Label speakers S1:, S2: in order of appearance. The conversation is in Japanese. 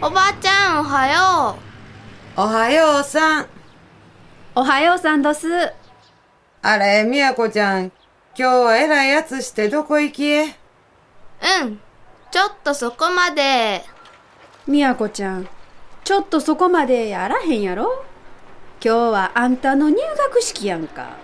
S1: おばあちゃん、おはよ
S2: おはようさん。
S3: おはようさんどす。
S2: あれ、みやこちゃん。今日はえらいやつしてどこ行きへ
S1: う。うん。ちょっとそこまで。
S3: みやこちゃん、ちょっとそこまでやらへんやろ今日はあんたの入学式やんか。